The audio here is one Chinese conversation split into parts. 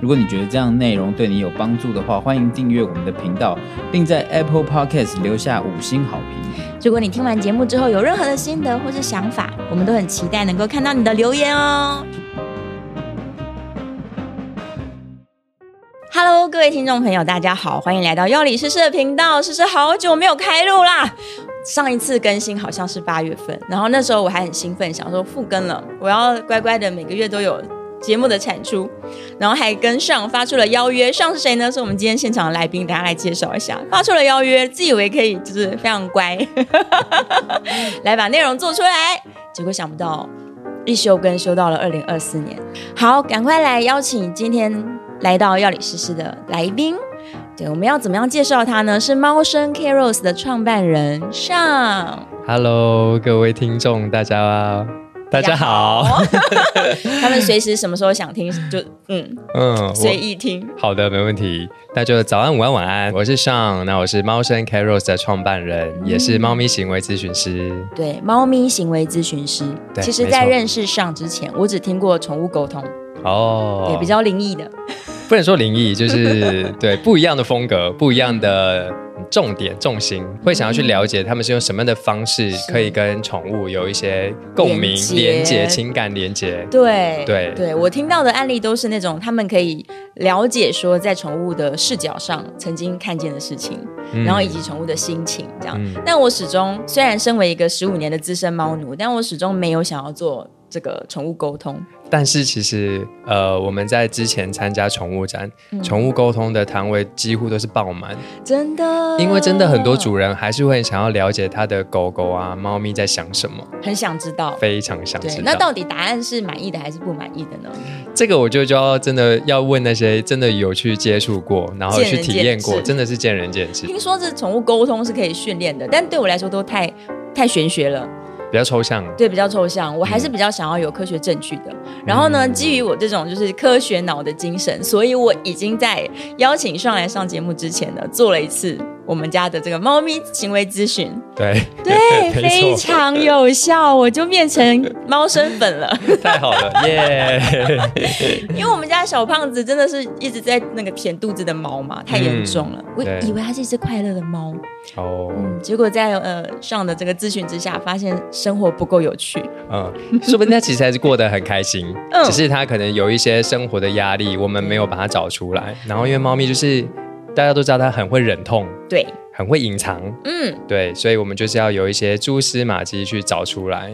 如果你觉得这样内容对你有帮助的话，欢迎订阅我们的频道，并在 Apple Podcast 留下五星好评。如果你听完节目之后有任何的心得或是想法，我们都很期待能够看到你的留言哦。Hello，各位听众朋友，大家好，欢迎来到药理诗诗的频道。诗诗好久没有开录啦，上一次更新好像是八月份，然后那时候我还很兴奋，想说复更了，我要乖乖的每个月都有节目的产出，然后还跟上发出了邀约。上是谁呢？是我们今天现场的来宾，等下来介绍一下。发出了邀约，自以为可以就是非常乖，来把内容做出来，结果想不到一休更休到了二零二四年。好，赶快来邀请今天来到药理诗诗的来宾。对，我们要怎么样介绍他呢？是猫生 Caros 的创办人上， Hello，各位听众，大家大家好。。他们随时什么时候想听就嗯 嗯，随我意听。好的，没问题。那就早安、午安、晚安。我是尚，那我是猫生 Caros 的创办人，嗯也是猫咪行为咨询师。对，猫咪行为咨询师。对其实，没在错认识上之前，我只听过宠物沟通，哦，也比较灵异的。不能说灵异，就是 对不一样的风格，不一样的重点重心，会想要嗯去了解他们是用什么样的方式是可以跟宠物有一些共鸣连、接连接、情感连接。对对对，我听到的案例都是那种他们可以了解说在宠物的视角上曾经看见的事情，嗯然后以及宠物的心情这样。嗯但我始终虽然身为一个十五年的资深猫奴，但我始终没有想要做这个宠物沟通。但是其实，呃，我们在之前参加宠物展，嗯宠物沟通的摊位几乎都是爆满，真的，因为真的很多主人还是会想要了解他的狗狗啊、猫咪在想什么，很想知道。非常想对知，那道。到底答案是满意的还是不满意的呢？这个我就就要真的要问那些真的有去接触过，然后见去仁体见验过，智真的是见仁见智，听说这宠物沟通是可以训练的，但对我来说都太太玄学了。比较抽象。对，比较抽象，我还嗯是比较想要有科学证据的。然后呢，基于我这种就是科学脑的精神，所以我已经在邀请上来上节目之前呢，做了一次我们家的这个猫咪行为咨 询，对 对，没非错，常有效，我就变成猫身粉 了。太好了， 耶、因为我们家小胖子真的是一直在那个舔肚子的猫嘛，太严重了，我嗯对以为它是一只快乐的猫，哦，嗯，结果在呃上的这个咨询之下，发现生活不够有趣，嗯，说不定他其实还是过得很开心，嗯只是他可能有一些生活的压力，我们没有把它找出来。然后因为猫咪就是大家都知道它很会忍痛，对，很会隐藏，嗯，对，所以我们就是要有一些蛛丝马迹去找出来，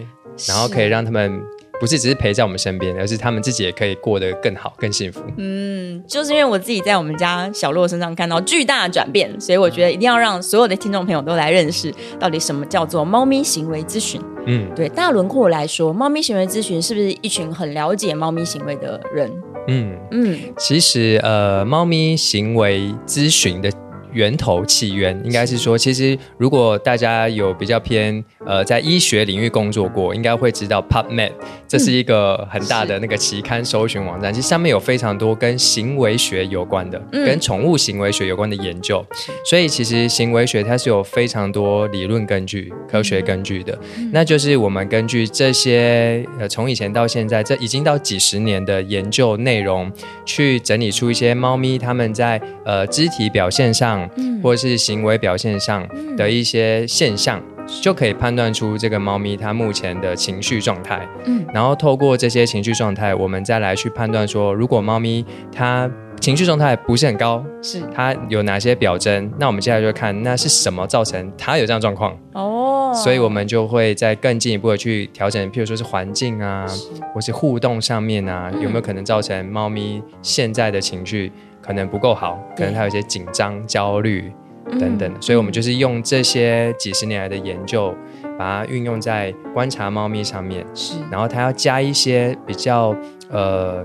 然后是可以让他们不是只是陪在我们身边，而是他们自己也可以过得更好、更幸福。嗯，就是因为我自己在我们家小洛身上看到巨大的转变，所以我觉得一定要让所有的听众朋友都来认识到底什么叫做猫咪行为咨询。嗯对大轮廓来说，猫咪行为咨询是不是一群很了解猫咪行为的人？嗯，嗯，其实呃，猫咪行为咨询的源头起源，应该是说，其实如果大家有比较偏呃在医学领域工作过，应该会知道 PubMed，这是一个很大的那个期刊搜寻网站，其实上面有非常多跟行为学有关的、嗯跟宠物行为学有关的研究。所以其实行为学它是有非常多理论根据、科学根据的。那就是我们根据这些呃从以前到现在，这已经到几十年的研究内容，去整理出一些猫咪它们在呃肢体表现上，或是行为表现上的一些现象。就可以判断出这个猫咪它目前的情绪状态，嗯嗯，然后透过这些情绪状态，我们再来去判断说，如果猫咪它情绪状态不是很高，是它有哪些表征？那我们接下来就看那是什么造成它有这样的状况，哦，所以我们就会再更进一步的去调整，譬如说是环境啊，或是互动上面啊，有没有可能造成猫咪现在的情绪可能不够好，可能它有一些紧张、焦虑等等的。所以我们就是用这些几十年来的研究，把它运用在观察猫咪上面，是然后它要加一些比较呃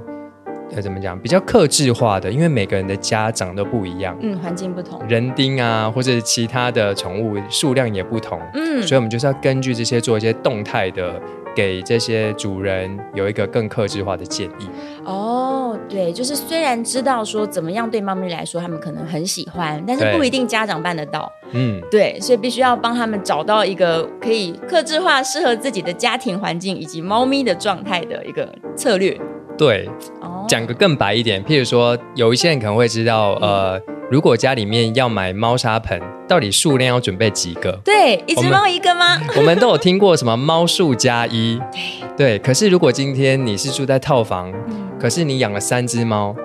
呃怎么讲，比较克制化的，因为每个人的家长都不一样，嗯，环境不同，人丁啊或者其他的宠物数量也不同，嗯，所以我们就是要根据这些做一些动态的，给这些主人有一个更克制化的建议。哦，对，就是虽然知道说怎么样对猫咪来说，他们可能很喜欢，但是对不一定家长办得到。嗯，对，所以必须要帮他们找到一个可以克制化、适合自己的家庭环境以及猫咪的状态的一个策略。对，哦，讲个更白一点，譬如说，有一些人可能会知道，呃，嗯如果家里面要买猫砂盆，到底数量要准备几个？ 对，一我只们猫一个吗？我们都有听过什么猫数加一，对。可是如果今天你是住在套房，嗯可是你养了三只猫，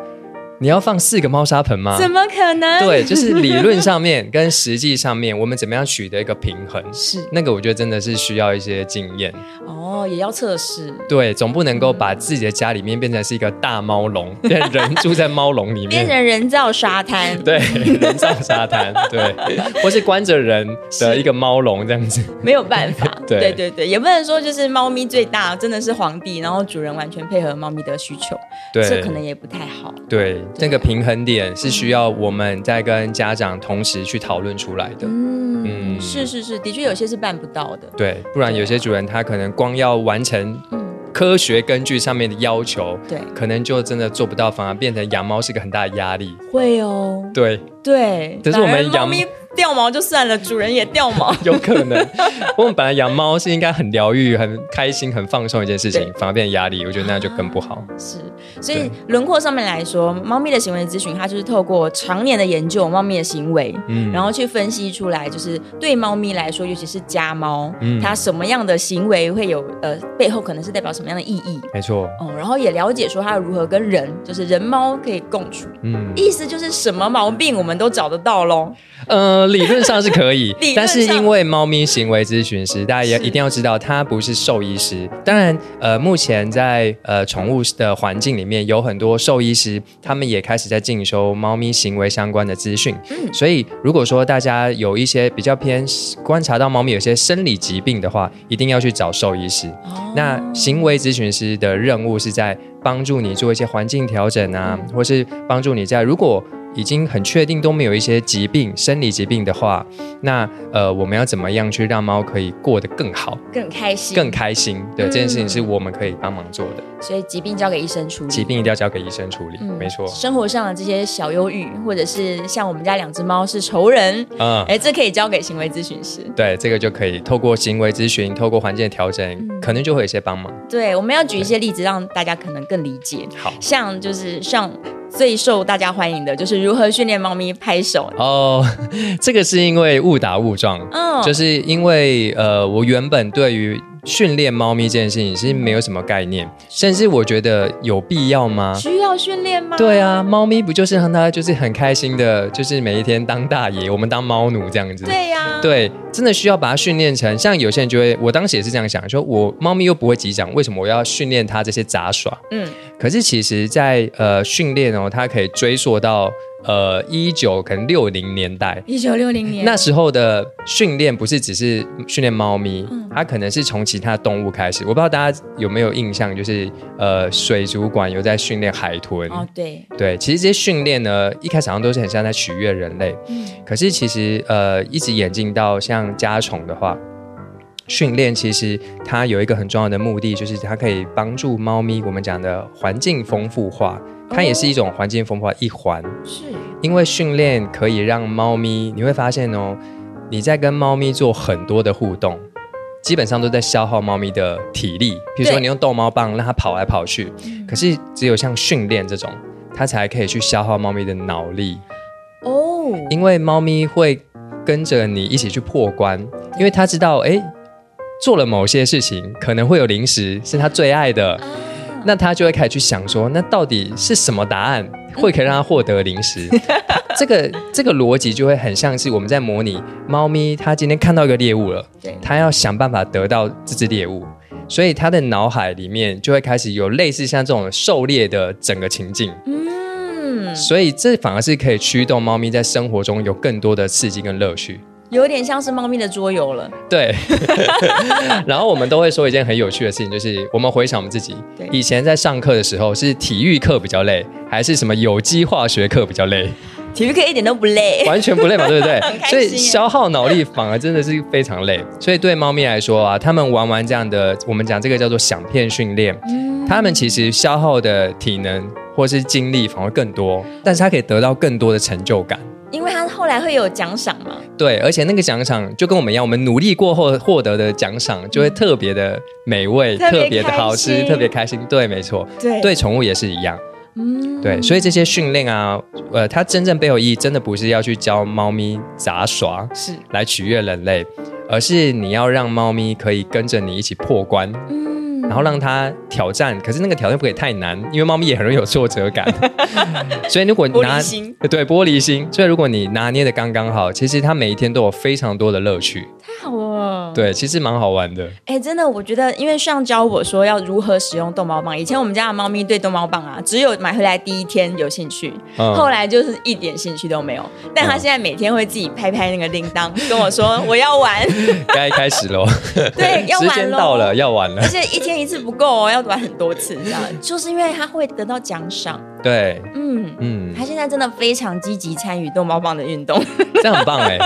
你要放四个猫砂盆吗？怎么可能？，啊对，就是理论上面跟实际上面，我们怎么样取得一个平衡？是那个我觉得真的是需要一些经验， 哦，也要测试。对，总不能够把自己的家里面变成是一个大 猫笼，变成人住在猫笼里变面，成人造沙滩，对，人造沙滩， 对，或是关着人的一个猫笼这样子，没有办法 。对对对对，也不能说就是猫咪最大，真的是皇帝，然后主人完全配合猫咪的需求，对，这可能也不太好。对，那个平衡点是需要我们在跟家长同时去讨论出来的。嗯，嗯是是是，的确有些是办不到的。对，不然有些主人他可能光要完成嗯，科学根据上面的要求，对，可能就真的做不到，反而变成养猫是一个很大的压力。会哦。对，对，但是我们反而猫养咪掉毛就算了，主人也掉毛。 有可能我们本来养猫是应该很疗愈、很开心、很放松的一件事情对，啊反而变成压力，我觉得那就更不好。是，所以对轮廓上面来说，猫咪的行为咨询，它就是透过常年的研究猫咪的行为，嗯然后去分析出来，就是对猫咪来说，尤其是家猫，嗯它什么样的行为会有呃背后可能是代表什么样的意义。没错，哦，然后也了解说它如何跟人，就是人猫可以共处，嗯，意思就是什么毛病我们都找得到喽。呃，理论上是可以 理论上，但是因为猫咪行为咨询师，大家也是一定要知道，他不是兽医师。当然，呃，目前在呃宠物的环境里面，有很多兽医师，他们也开始在进修猫咪行为相关的资讯。嗯所以，如果说大家有一些比较偏观察到猫咪有些生理疾病的话，一定要去找兽医师。哦那行为咨询师的任务是在帮助你做一些环境调整啊，或是帮助你在如果已经很确定都没有一些疾病、生理疾病的话，那呃，我们要怎么样去让猫可以过得更好、更开心，更开心？对，嗯嗯这件事情是我们可以帮忙做的。所以疾病交给医生处理。疾病一定要交给医生处理，没错。嗯生活上的这些小忧郁，或者是像我们家两只猫是仇人，嗯，哎，这可以交给行为咨询师。对，这个就可以透过行为咨询，透过环境的调整，可能就会有一些帮忙。对，我们要举一些例子，让大家可能更理解。好像就是像最受大家欢迎的，就是如何训练猫咪拍手。哦， 这个是因为误打误撞，嗯，就是因为呃，我原本对于训练猫咪这件事情是没有什么概念，甚至我觉得有必要吗？需要训练吗？对啊，猫咪不就是让它就是很开心的，就是每一天当大爷，我们当猫奴这样子。对啊呀、对，真的需要把它训练成像有些人就会，我当时也是这样想，说我猫咪又不会击掌，为什么我要训练它这些杂耍？嗯，可是其实在，呃训练哦，它可以追溯到呃一九可能六零年代，一九六零年那时候的训练不是只是训练猫咪，它可能是从其他动物开始。我不知道大家有没有印象，就是呃，水族馆有在训练海豚。哦，对，对，其实这些训练呢，一开始好像都是很像在取悦人类，嗯可是其实呃，一直演进到像家宠的话。训练其实它有一个很重要的目的，就是它可以帮助猫咪我们讲的环境丰富化，它也是一种环境丰富化一环。是因为训练可以让猫咪，你会发现哦，你在跟猫咪做很多的互动，基本上都在消耗猫咪的体力。比如说对你用逗猫棒让它跑来跑去，可是只有像训练这种，它才可以去消耗猫咪的脑力，哦，因为猫咪会跟着你一起去破关，因为它知道诶做了某些事情可能会有零食是它最爱的，啊那它就会开始去想说，那到底是什么答案会可以让它获得零 食？这个这个逻辑就会很像是我们在模拟猫咪，它今天看到一个猎物了，对，它要想办法得到这只猎物，所以它的脑海里面就会开始有类似像这种狩猎的整个情境。嗯，所以这反而是可以驱动猫咪在生活中有更多的刺激跟乐趣。有点像是猫咪的桌游了。对， 然后我们都会说一件很有趣的事情，就是我们回想我们自己对以前在上课的时候，是体育课比较累，还是什么有机化学课比较累？体育课一点都不累，完全不累嘛，对不 对很？开心所以耶消耗脑力反而真的是非常累。所以对猫咪来说啊，它们玩完这样的，我们讲这个叫做响片训练，嗯它们其实消耗的体能或是精力反而更多，但是它可以得到更多的成就感。因为它后来会有奖赏嘛。对，而且那个奖赏就跟我们一样，我们努力过后获得的奖赏就会特别的美味、特别特别的好开吃、心特别开心。对，没错，对对，宠物也是一样。嗯，对，所以这些训练啊，呃，它真正背后意义真的不是要去教猫咪杂耍是来取悦人类，而是你要让猫咪可以跟着你一起破关，嗯，然后让它挑战。可是那个挑战不可以太难，因为猫咪也很容易有挫折 感。所以如果你玻拿璃心对玻璃心，所以如果你拿捏的刚刚好，其实它每一天都有非常多的乐趣。太好了。对，其实蛮好玩的。哎、真的，我觉得，因为上教我说要如何使用逗猫棒。以前我们家的猫咪对逗猫棒啊，只有买回来第一天有兴趣，嗯后来就是一点兴趣都没有。但它现在每天会自己拍拍那个铃铛，跟我说我要 玩，该开始喽，对， 要时玩间咯到了，。要玩了而。且一天一次不够哦，要玩很多次，这 样就是因为它会得到奖赏。对，嗯，嗯，它现在真的非常积极参与逗猫棒的运动。这样很 棒哎，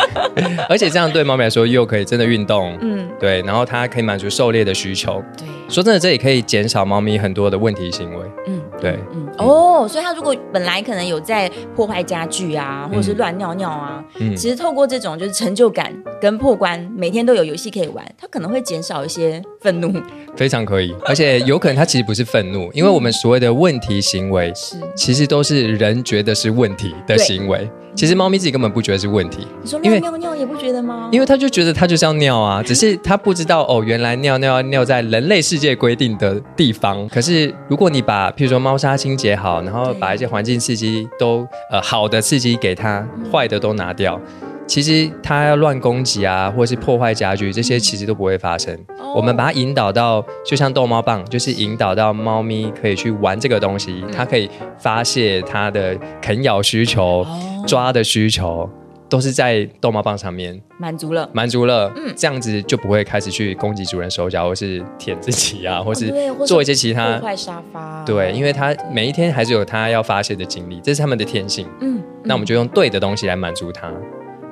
而且这样对猫咪来说又可以真的运动，嗯，对，然后它可以满足狩猎的需求。对，说真的，这也可以减少猫咪很多的问题行为。 嗯。对，嗯哦，所以它如果本来可能有在破坏家具啊，或者是乱尿尿啊，嗯，其实透过这种就是成就感跟破关，每天都有游戏可以玩，它可能会减少一些愤怒。非常可以。而且有可能它其实不是愤怒，因为我们所谓的问题行为，嗯是其实都是人觉得是问题对的行为。其实猫咪自己根本不觉得是问题，你说因为乱尿尿也不觉得吗？因为它就觉得它就是要尿嗯啊，只是它不知道哦，原来尿尿要尿在人类世界规定的地方。可是如果你把譬如说猫砂清洁好，然对后把一些环境刺激都呃好的刺激给它，嗯坏的都拿掉。其实它要乱攻击啊，或是破坏家具，这些其实都不会发生。哦我们把它引导到，就像逗猫棒，就是引导到猫咪可以去玩这个东西，嗯它可以发泄它的啃咬需求、哦抓的需求，都是在逗猫棒上面。满足了。满足了，嗯这样子就不会开始去攻击主人手脚，或是舔自己啊，或是哦对或是做一些其他破。坏沙发，对，因为为他每一天还是有他要发泄的精力，这是他们的天性。嗯，那我们就就用对的东西来满足他。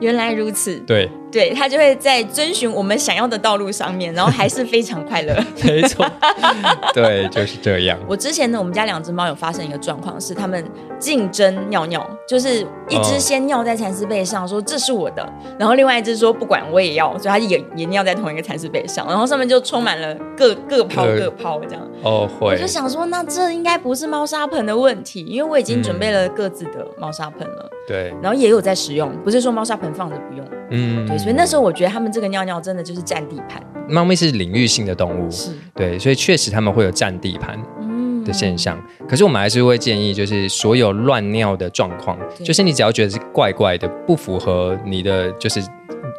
原来如此，对，对他就会在遵循我们想要的道路上面，然后还是非常快乐。没 错，对，就是这样。我之前呢，我们家两只猫有发生一个状况，是它们竞争尿尿，就是一只哦先尿在蚕丝被上，说这是我的，然后另外一只说不管我也要，所以它也也尿在同一个蚕丝被上，然后上面就充满了各各泡各各泡这样。哦，我会就，想说，那这应该不是猫砂盆的问题，因为我已经准备了各自的猫砂盆了，对，然后也有在使用，不是说猫砂盆放着不用。嗯对，所以那时候我觉得它们这个尿尿真的就是占地盘，猫咪是领域性的动物，是，对，所以确实他们会有占地盘。嗯的现象。可是我们还是会建议，就是所有乱尿的状况，对就是你只要觉得是怪怪的，不符合你的就是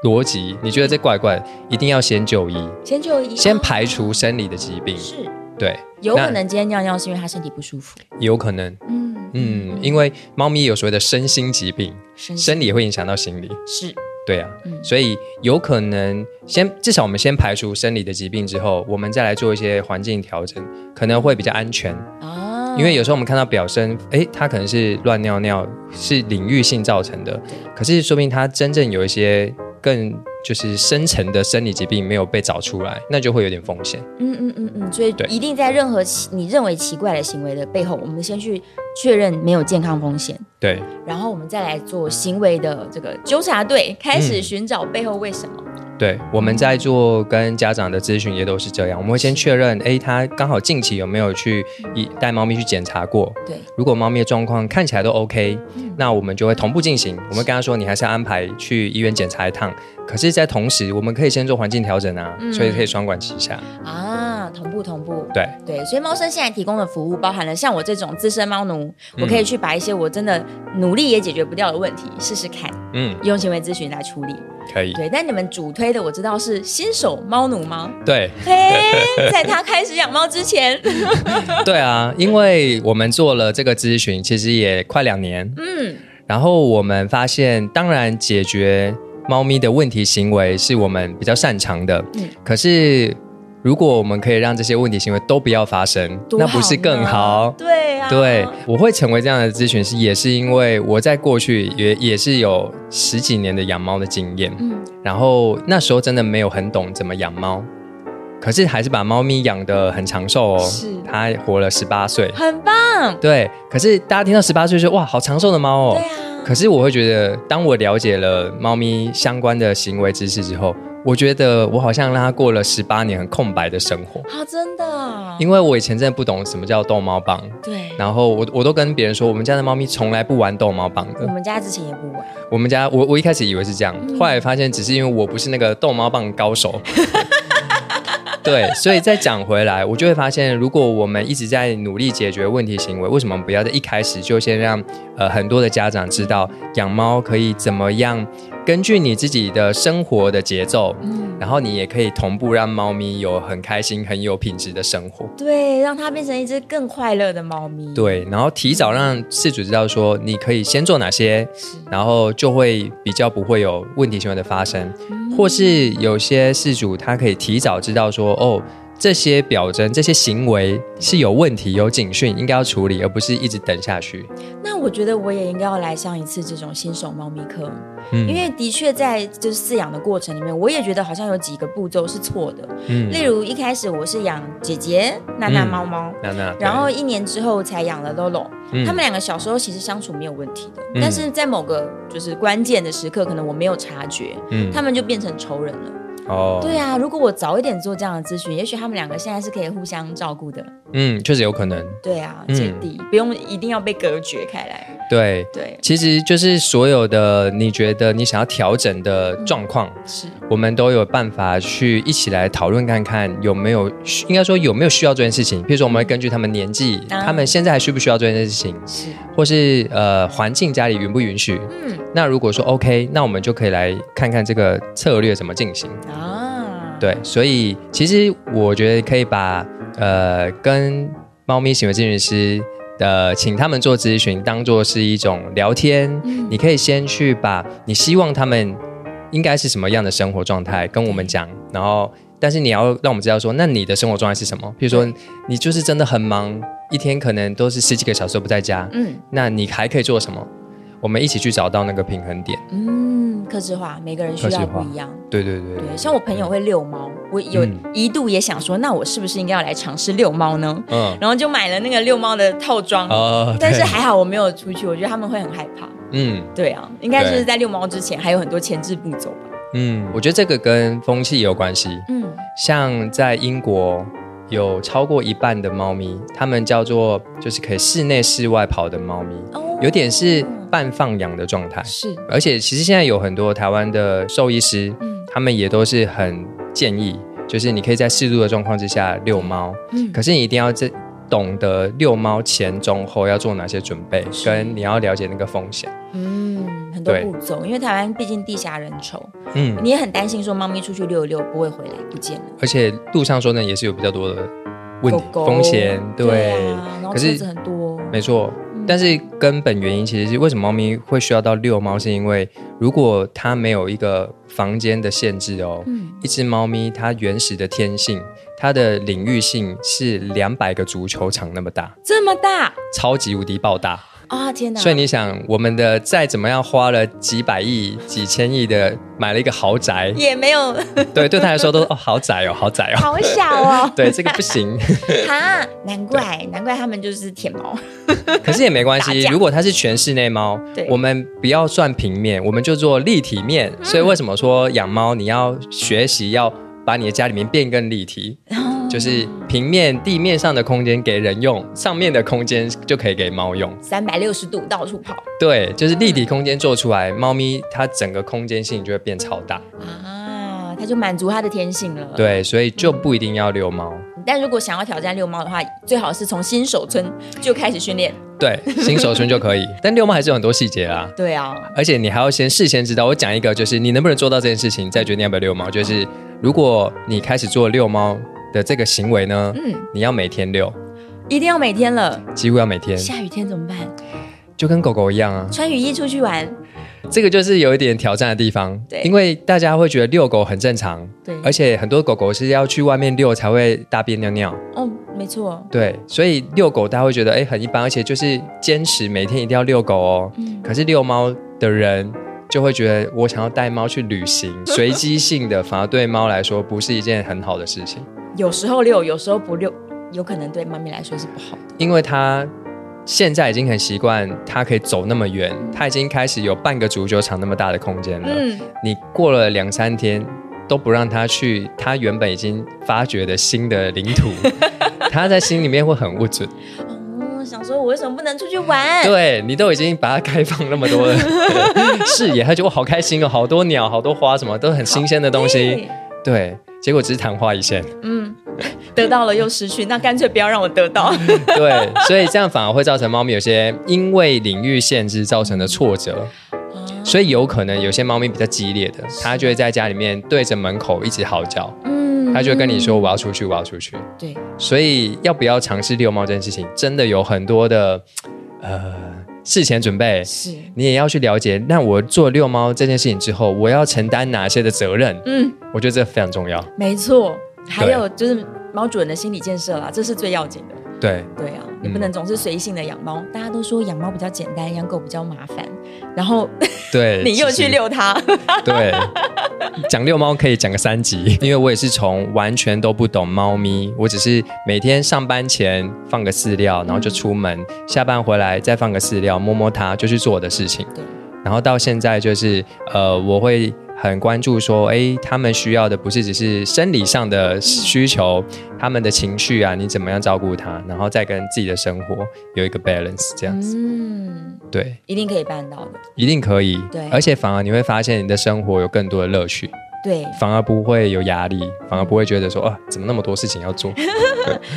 逻辑，你觉得这怪怪，一定要先就医，先就一先排除生理的疾病。是。对，有可那能今天尿尿是因为它身体不舒服，有可能，嗯嗯嗯，因为猫咪有所谓的身心疾病，身生理会影响到心理。是对啊，所以有可能先至少我们先排除生理的疾病之后，我们再来做一些环境调整，可能会比较安全。啊，因为有时候我们看到表生，诶，它可能是乱尿尿，是领域性造成的，可是说明它真正有一些更就是深层的生理疾病没有被找出来，那就会有点风险。嗯嗯嗯嗯，所以对一定在任何奇你认为奇怪的行为的背后，我们先去确认没有健康风险，对，然后我们再来做行为的这个纠察队，开始嗯寻找背后为什么。对，我们在做跟家长的咨询也都是这样，我们会先确认，诶，它刚好近期有没有去一带猫咪去检查过。对，如果猫咪的状况看起来都 OK，、那嗯我们就会同步进行。我们跟他说，你还是要安排去医院检查一趟。可是，在同时，我们可以先做环境调整啊，嗯所以可以双管齐下。啊，同步同步。对，对，所以猫生现在提供的服务包含了像我这种资深猫奴，我嗯可以去把一些我真的努力也解决不掉的问题试试看，嗯，用行为咨询来处理。可以，对，但你们主推的我知道是新手猫奴吗？对嘿， 在他开始养猫之前，对啊，因为我们做了这个咨询，其实也快两年，嗯，然后我们发现，当然解决猫咪的问题行为是我们比较擅长的，嗯可是如果我们可以让这些问题行为都不要发生，多那不是更呢好？对啊，对，我会成为这样的咨询师，也是因为我在过去也也是有十几年的养猫的经验，嗯然后那时候真的没有很懂怎么养猫，可是还是把猫咪养得很长寿哦是，它活了十八岁，很棒，对，可是大家听到十八岁说哇，好长寿的猫哦对，啊，可是我会觉得，当我了解了猫咪相关的行为知识之后，我觉得我好像让它过了十八年很空白的生活，好真的，啊因为我以前真的不懂什么叫逗猫棒。对，然后我我都跟别人说，我们家的猫咪从来不玩逗猫棒我的。们家之前也不玩，我们家我我一开始以为是这样，后来发现只是因为我不是那个逗猫棒高手。对，所以再讲回来，我就会发现，如果我们一直在努力解决问题行为，为什么不要在一开始就先让呃很多的家长知道养猫可以怎么样？根据你自己的生活的节奏，嗯，然后你也可以同步让猫咪有很开心、很有品质的生活。对，让它变成一只更快乐的猫咪，，对，然后提早让事主知道说你可以先做哪些，然后就会比较不会有问题行为的发生，嗯或是有些事主他可以提早知道说哦。这些表征、这些行为是有问题、有警讯，应该要处理，而不是一直等下去。那我觉得我也应该要来上一次这种新手猫咪课，嗯因为的确在就是饲养的过程里面，我也觉得好像有几个步骤是错的。嗯例如一开始我是养姐姐娜娜嗯猫猫，娜娜，对然后一年之后才养了 Lolo，、嗯他们两个小时候其实相处没有问题的，嗯但是在某个就是关键的时刻，可能我没有察觉，嗯他们就变成仇人了。哦，对啊，如果我早一点做这样的咨询，也许他们两个现在是可以互相照顾的。嗯，确实有可能，对啊，嗯姐弟、不用一定要被隔绝开来。对。对，其实就是所有的你觉得你想要调整的状况，是我们都有办法去一起来讨论看看有没有，应该说有没有需要这件事情。比如说，我们会根据他们年纪，啊他们现在还需不需要这件事情，是，或是呃环境家里允不允许。嗯那如果说 OK，那我们就可以来看看这个策略怎么进行。啊，对，所以其实我觉得可以把呃跟猫咪行为咨询师呃请他们做咨询，当做是一种聊天。嗯你可以先去把你希望他们应该是什么样的生活状态跟我们讲，然后但是你要让我们知道说，那你的生活状态是什么？比如说你就是真的很忙，一天可能都是十几个小时都不在家，嗯那你还可以做什么？我们一起去找到那个平衡点。嗯，客制化，每个人需客制要化不一样。对对对对，像我朋友会遛猫，我有嗯一度也想说，那我是不是应该要来尝试遛猫呢？嗯然后就买了那个遛猫的套装，哦但是对还好我没有出去，我觉得他们会很害怕。嗯。对啊，应该就是对在遛猫之前还有很多前置步骤吧。嗯，我觉得这个跟风气有关系。嗯，像在英国，有超过一半的猫咪，它们叫做就是可以室内室外跑的猫咪，哦有点是半放养的状态。是而且其实现在有很多台湾的兽医师，嗯他们也都是很建议，就是你可以在适度的状况之下遛猫，嗯可是你一定要这懂得遛猫前、中、后要做哪些准备，是跟你要了解那个风险。嗯，很多对步骤，因为台湾毕竟地狭人稠，嗯，你也很担心说猫咪出去遛一遛不会回来不见了，而且路上说呢，也是有比较多的问狗题狗风险，对，啊，嗯然后可车是子很多，没错。但是根本原因其实是为什么猫咪会需要到遛猫，是因为如果它没有一个房间的限制哦，嗯一只猫咪它原始的天性，它的领域性是两百个足球场那么大，这么大超级无敌爆大。啊、天哪！，所以你想，我们的再怎么样花了几百亿、几千亿的买了一个豪宅 也没 有对，对它来说都是哦豪宅哦豪宅哦，，好小哦对这个不行。 哈，难怪难怪他们就是舔毛，可是也没关系打，架如果它是全室内猫对，嗯我们不要算平面，我们就做立体面。所以为什么说养猫你要学习要把你的家里面变更立体，哦就是平面地面上的空间给人用，上面的空间就可以给猫用。三百六十度到处跑对，就是立体空间做出来，猫咪它整个空间性就会变超大。嗯啊，它就满足它的天性了。，对，所以就不一定要遛猫。但如果想要挑战遛猫的话，最好是从新手村就开始训练。对，新手村就可以， 但遛猫还是有很多细节啦。对啊，而且你还要先事先知道。我讲一个，就是你能不能做到这件事情，再决定要不要遛猫。就是如果你开始做遛猫的这个行为呢，嗯，你要每天遛，一定要每天了。几乎要每天，下雨天怎么办？就跟狗狗一样啊。穿雨衣出去玩，这个就是有一点挑战的地方，对因为大家会觉得遛狗很正常，对而且很多狗狗是要去外面遛才会大便尿尿，哦，没错，对，所以遛狗大家会觉得哎很一般，而且就是坚持每天一定要遛狗哦。嗯可是遛猫的人就会觉得我想要带猫去 旅行，随机性的反而对猫来说不是一件很好的事情，有时候遛，有时候不遛，有可能对妈咪来说是不好的。因为它。现在已经很习惯，它可以走那么远，它已经开始有半个足球场那么大的空间了。嗯，你过了两三天都不让他去他原本已经发掘的新的领 土，他在心里面会很不准。哦，想说我为什么不能出去玩？对你都已经把它开放那么多的 视野，他觉得哇好开心哦，好多鸟，好多花，什么都很新鲜的东西。 对，对，结果只是昙花一现。嗯，得到了又失去，那干脆不要让我得 到。对，所以这样反而会造成猫咪有些因为领域限制造成的挫折。所以有可能有些猫咪比较激烈的，它就会在家里面对着门口一直嚎叫，哦嗯它就会跟你说我要出去，我要出去。对，所以要不要尝试遛猫这件事情，真的有很多的呃事前准备，是，你也要去了解。那我做遛猫这件事情之后，我要承担哪些的责任？嗯，我觉得这非常重要。没错。还有就是猫主人的心理建设啦，这是最要紧的。对，对啊，嗯你不能总是随性的养猫。大家都说养猫比较简单，养狗比较麻 烦，然后对，你又其去实遛它。 对，讲遛猫可以讲个三集，因为我也是从完全都不懂猫咪，我只是每天上班前放个饲料，然后就出门，下班回来再放个饲料，摸摸它就去做我的事情。对然后到现在就是，呃，我会很关注说，诶，他们需要的不是只是生理上的需求，他们的情绪啊，你怎么样照顾他，然后再跟自己的生活有一个 balance，这样子，嗯，对，一定可以办到的。一定可以。对而且反而你会发现你的生活有更多的乐趣。 对，反而不会有压力，反而不会觉得说啊，怎么那么多事情 要做？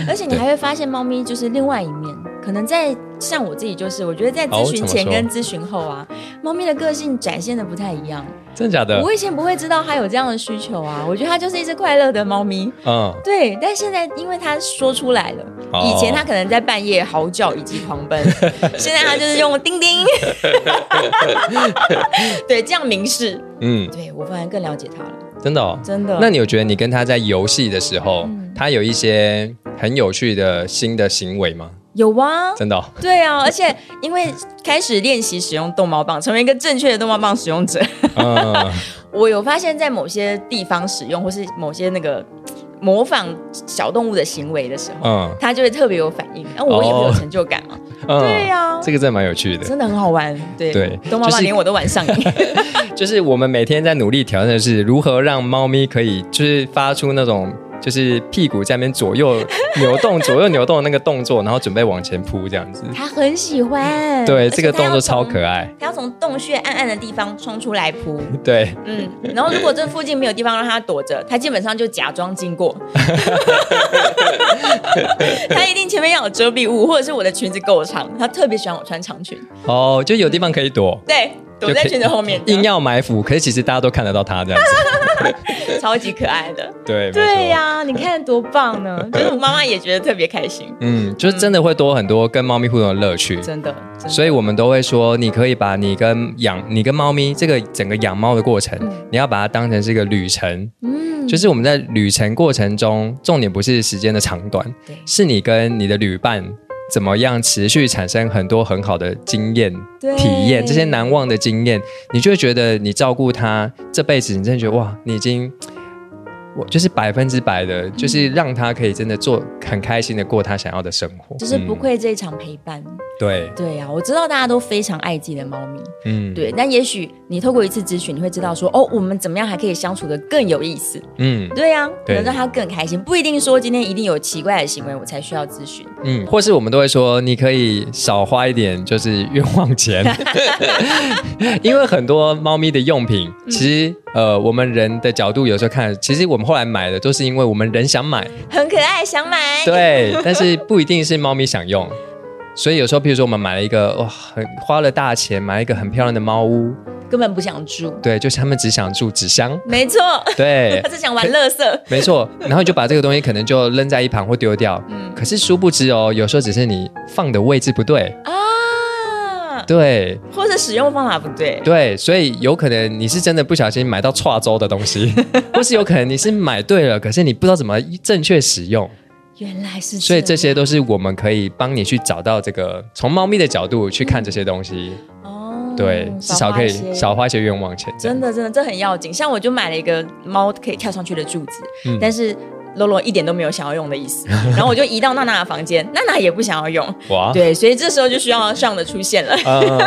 而且你还会发现猫咪就是另外一面，可能在像我自己就是，我觉得在咨询前哦怎跟么咨询后啊，猫咪的个性展现的不太一样。真的假的我？以前不会知道它有这样的需求啊，我觉得它就是一只快乐的猫咪。嗯，对，但现在因为它说出来了，哦以前它可能在半夜嚎叫以及狂奔，现在它就是用叮 叮，对，这样明示。嗯，对我反而更了解它了，真的哦。真的。嗯那你有觉得你跟他在游戏的时候，他有一些很有趣的新的行为吗？有啊？真 的、哦，对啊，而且因为开始练习使用逗猫棒，成为一个正确的逗猫棒使用者， 嗯，我有发现，在某些地方使用或是某些那个模仿小动物的行为的时候，嗯它就会特别有反应，那、我也会有成就感啊，哦嗯，对呀这个真的蛮有趣的。真的很好玩。对对逗猫就棒是连我都玩上瘾。 就是我们每天在努力挑战的是如何让猫咪可以，就是发出那种就是屁股在那边左右扭动、左右扭动的那个动作，然后准备往前扑这样子。它很喜欢，对，嗯而且这个它要动作超从可。爱。它要从洞穴暗暗的地方冲出来 扑，对，嗯，然后如果这附近没有地方让它躲着，它基本上就假装经 过。它一定前面要有遮蔽物，或者是我的裙子够长，它特别喜欢我穿长裙，哦，就有地方可以躲。对，躲在裙子后面，硬要埋伏，可是其实大家都看得到他这 样子。超级可爱的。 对，对没错。呀、你看多棒 呢！就是我妈妈也觉得特别开心，嗯，就是真的会多很多跟猫咪互动的乐趣。真的，真的所以我们都会说，你可以把你跟养你跟猫咪这个整个养猫的过程，嗯你要把它当成是一个旅程。嗯，就是我们在旅程过程中，重点不是时间的长短对，是你跟你的旅伴怎么样持续产生很多很好的经验对、体验，这些难忘的经验，你就会觉得你照顾它这辈子，你真的觉得哇，你已经。我就是百分之百的，就是让它可以真的做很开心的过它想要的生活，就是不嗯、愧这一场陪伴。对，对呀、我知道大家都非常爱自己的猫咪，嗯，对，但也许你透过一次咨询，你会知道说，哦，我们怎么样还可以相处的更有意思。嗯，对呀、对能让他更开心，不一定说今天一定有奇怪的行为我才需要咨询。嗯，或是我们都会说，你可以少花一点，就是冤枉 钱，因为很多猫咪的用品，其实呃，我们人的角度有时候看，其实我们后来买的都是因为我们人想买，很可爱，想买。对，但是不一定是猫咪想用。所以有时候，譬如说我们买了一个哇，很花了大钱买了一个很漂亮的猫屋，根本不想住。对，就是他们只想住纸箱，没 错，对他，是想玩乐 色。没错，然后你就把这个东西可能就扔在一旁或丢嗯掉。可是殊不知哦，有时候只是你放的位置不对，啊，对或是使用方法不对。对，所以有可能你是真的不小心买到跨州的东 西，或是有可能你是买对了，可是你不知道怎么正确使用。原来是，所以这些都是我们可以帮你去找到这个从猫咪的角度去看这些东西，哦，对，至少可以少花一些冤枉钱。真的真的，这很要紧。像我就买了一个猫可以跳上去的柱子，但是 Lolo 一点都没有想要用的意思。然后我就移到娜娜的房间，娜娜也不想要用。哇，对，所以这时候就需要上的出现了，呃，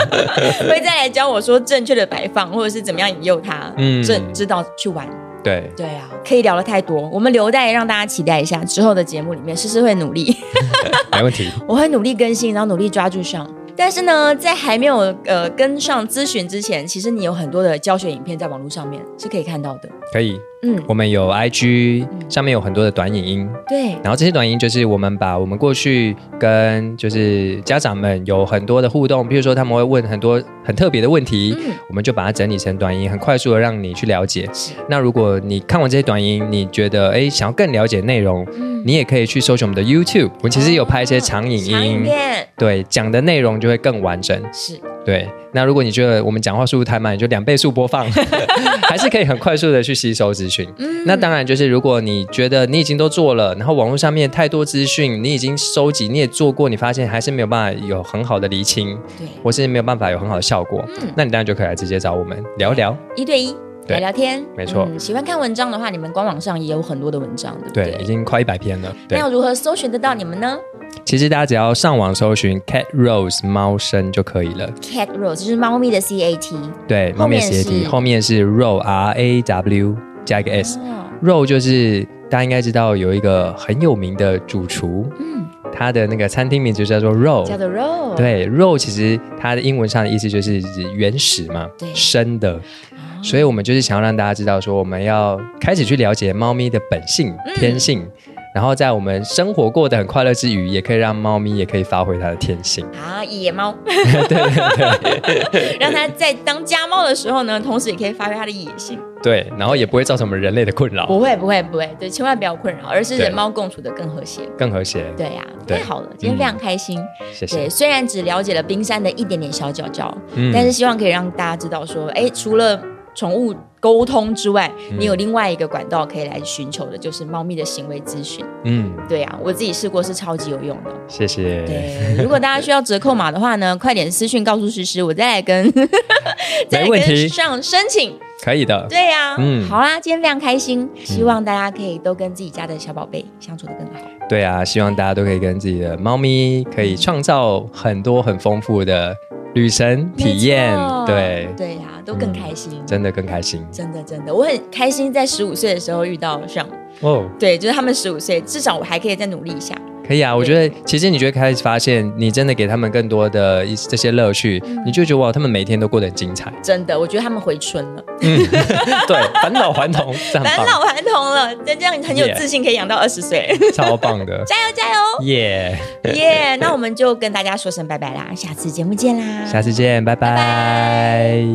会再来教我说正确的摆放，或者是怎么样引诱它，嗯正知道去玩。对，对啊，可以聊的太多，我们留待让大家期待一下之后的节目里面，诗诗会努力。 没问题。我会努力更新，然后努力抓住上。但是呢，在还没有呃跟上咨询之前，其实你有很多的教学影片在网络上面是可以看到的。可以，嗯，我们有 IG 上面有很多的短影音，对，然后这些短音就是我们把我们过去跟就是家长们有很多的互动，比如说他们会问很多很特别的问题，嗯我们就把它整理成短音，很快速的让你去了解。那如果你看完这些短音，你觉得诶想要更了解内容，嗯你也可以去搜寻我们的 YouTube，我们其实有拍一些长影哦长影音。片对，讲的内容就会更完整。是对，那如果你觉得我们讲话速度太慢，你就两倍速播放， 还是可以很快速的去吸收资讯。嗯那当然就是，如果你觉得你已经都做了，然后网络上面太多资讯，你已经收集，你也做过，你发现还是没有办法有很好的厘清，对或是没有办法有很好的效果，嗯那你当然就可以来直接找我们聊一聊。一对一对聊聊天，嗯没错喜欢看文章的话，你们官网上也有很多的文章，对不对，对？已经快一百篇了。那对，要如何搜寻得到你们呢其实大家只要上网搜寻 Cat Rose 猫声就可以了。 ？Cat Rose 就是猫咪的 C A T，对，后猫面面斜体是后面是 Row R A W 加一个 S。哦，肉就是大家应该知道有一个很有名的主厨，嗯，他的那个餐厅名字就叫做肉。叫做 Rose，，嗯对，肉其实它的英文上的意思就是指原始嘛对，哦生的。所以我们就是想要让大家知道说，我们要开始去了解猫咪的本性、嗯天性。然后在我们生活过得很快乐之余，也可以让猫咪也可以发挥它的天性。啊，野 猫， 让它在当家猫的时候呢，同时也可以发挥它的野性。对，然后也不会造成我们人类的困扰，不会，不会，不会，对，千万不要困扰，而是对人猫共处的更和谐。更和谐。对呀、对太好了，今天非常开心。谢谢对，。虽然只了解了冰山的一点点小角角，嗯但是希望可以让大家知道说，哎，除了宠物沟通之外，你有另外一个管道可以来寻求的，就是猫咪的行为咨询。嗯，对呀、我自己试过是超级有用的。谢谢。对，如果大家需要折扣码的话呢，快点私讯告诉诗诗，我再来 跟再来没问题跟上申请。可以的。对呀、嗯好啊啦，今天非常开心，希望大家可以都跟自己家的小宝贝相处的更好。对啊，希望大家都可以跟自己的猫咪可以创造很多很丰富的旅程体验没错，对，嗯对呀、都更开心。真的更开心真的真的，我很开心，在十五岁的时候遇到上，哦。对，就是他们十五岁，至少我还可以再努力一下。可以啊，我觉得其实你就会开始发现，你真的给他们更多的一这些乐趣，你就觉得哇，他们每天都过得很精彩。真的，我觉得他们回春了， 对，返老还童，这很返棒，老还童了，那这样很有 Yeah 自信，可以养到二十岁。超棒的，加油加油！耶！ 耶那我们就跟大家说声拜拜啦，下次节目见啦，下次见，拜拜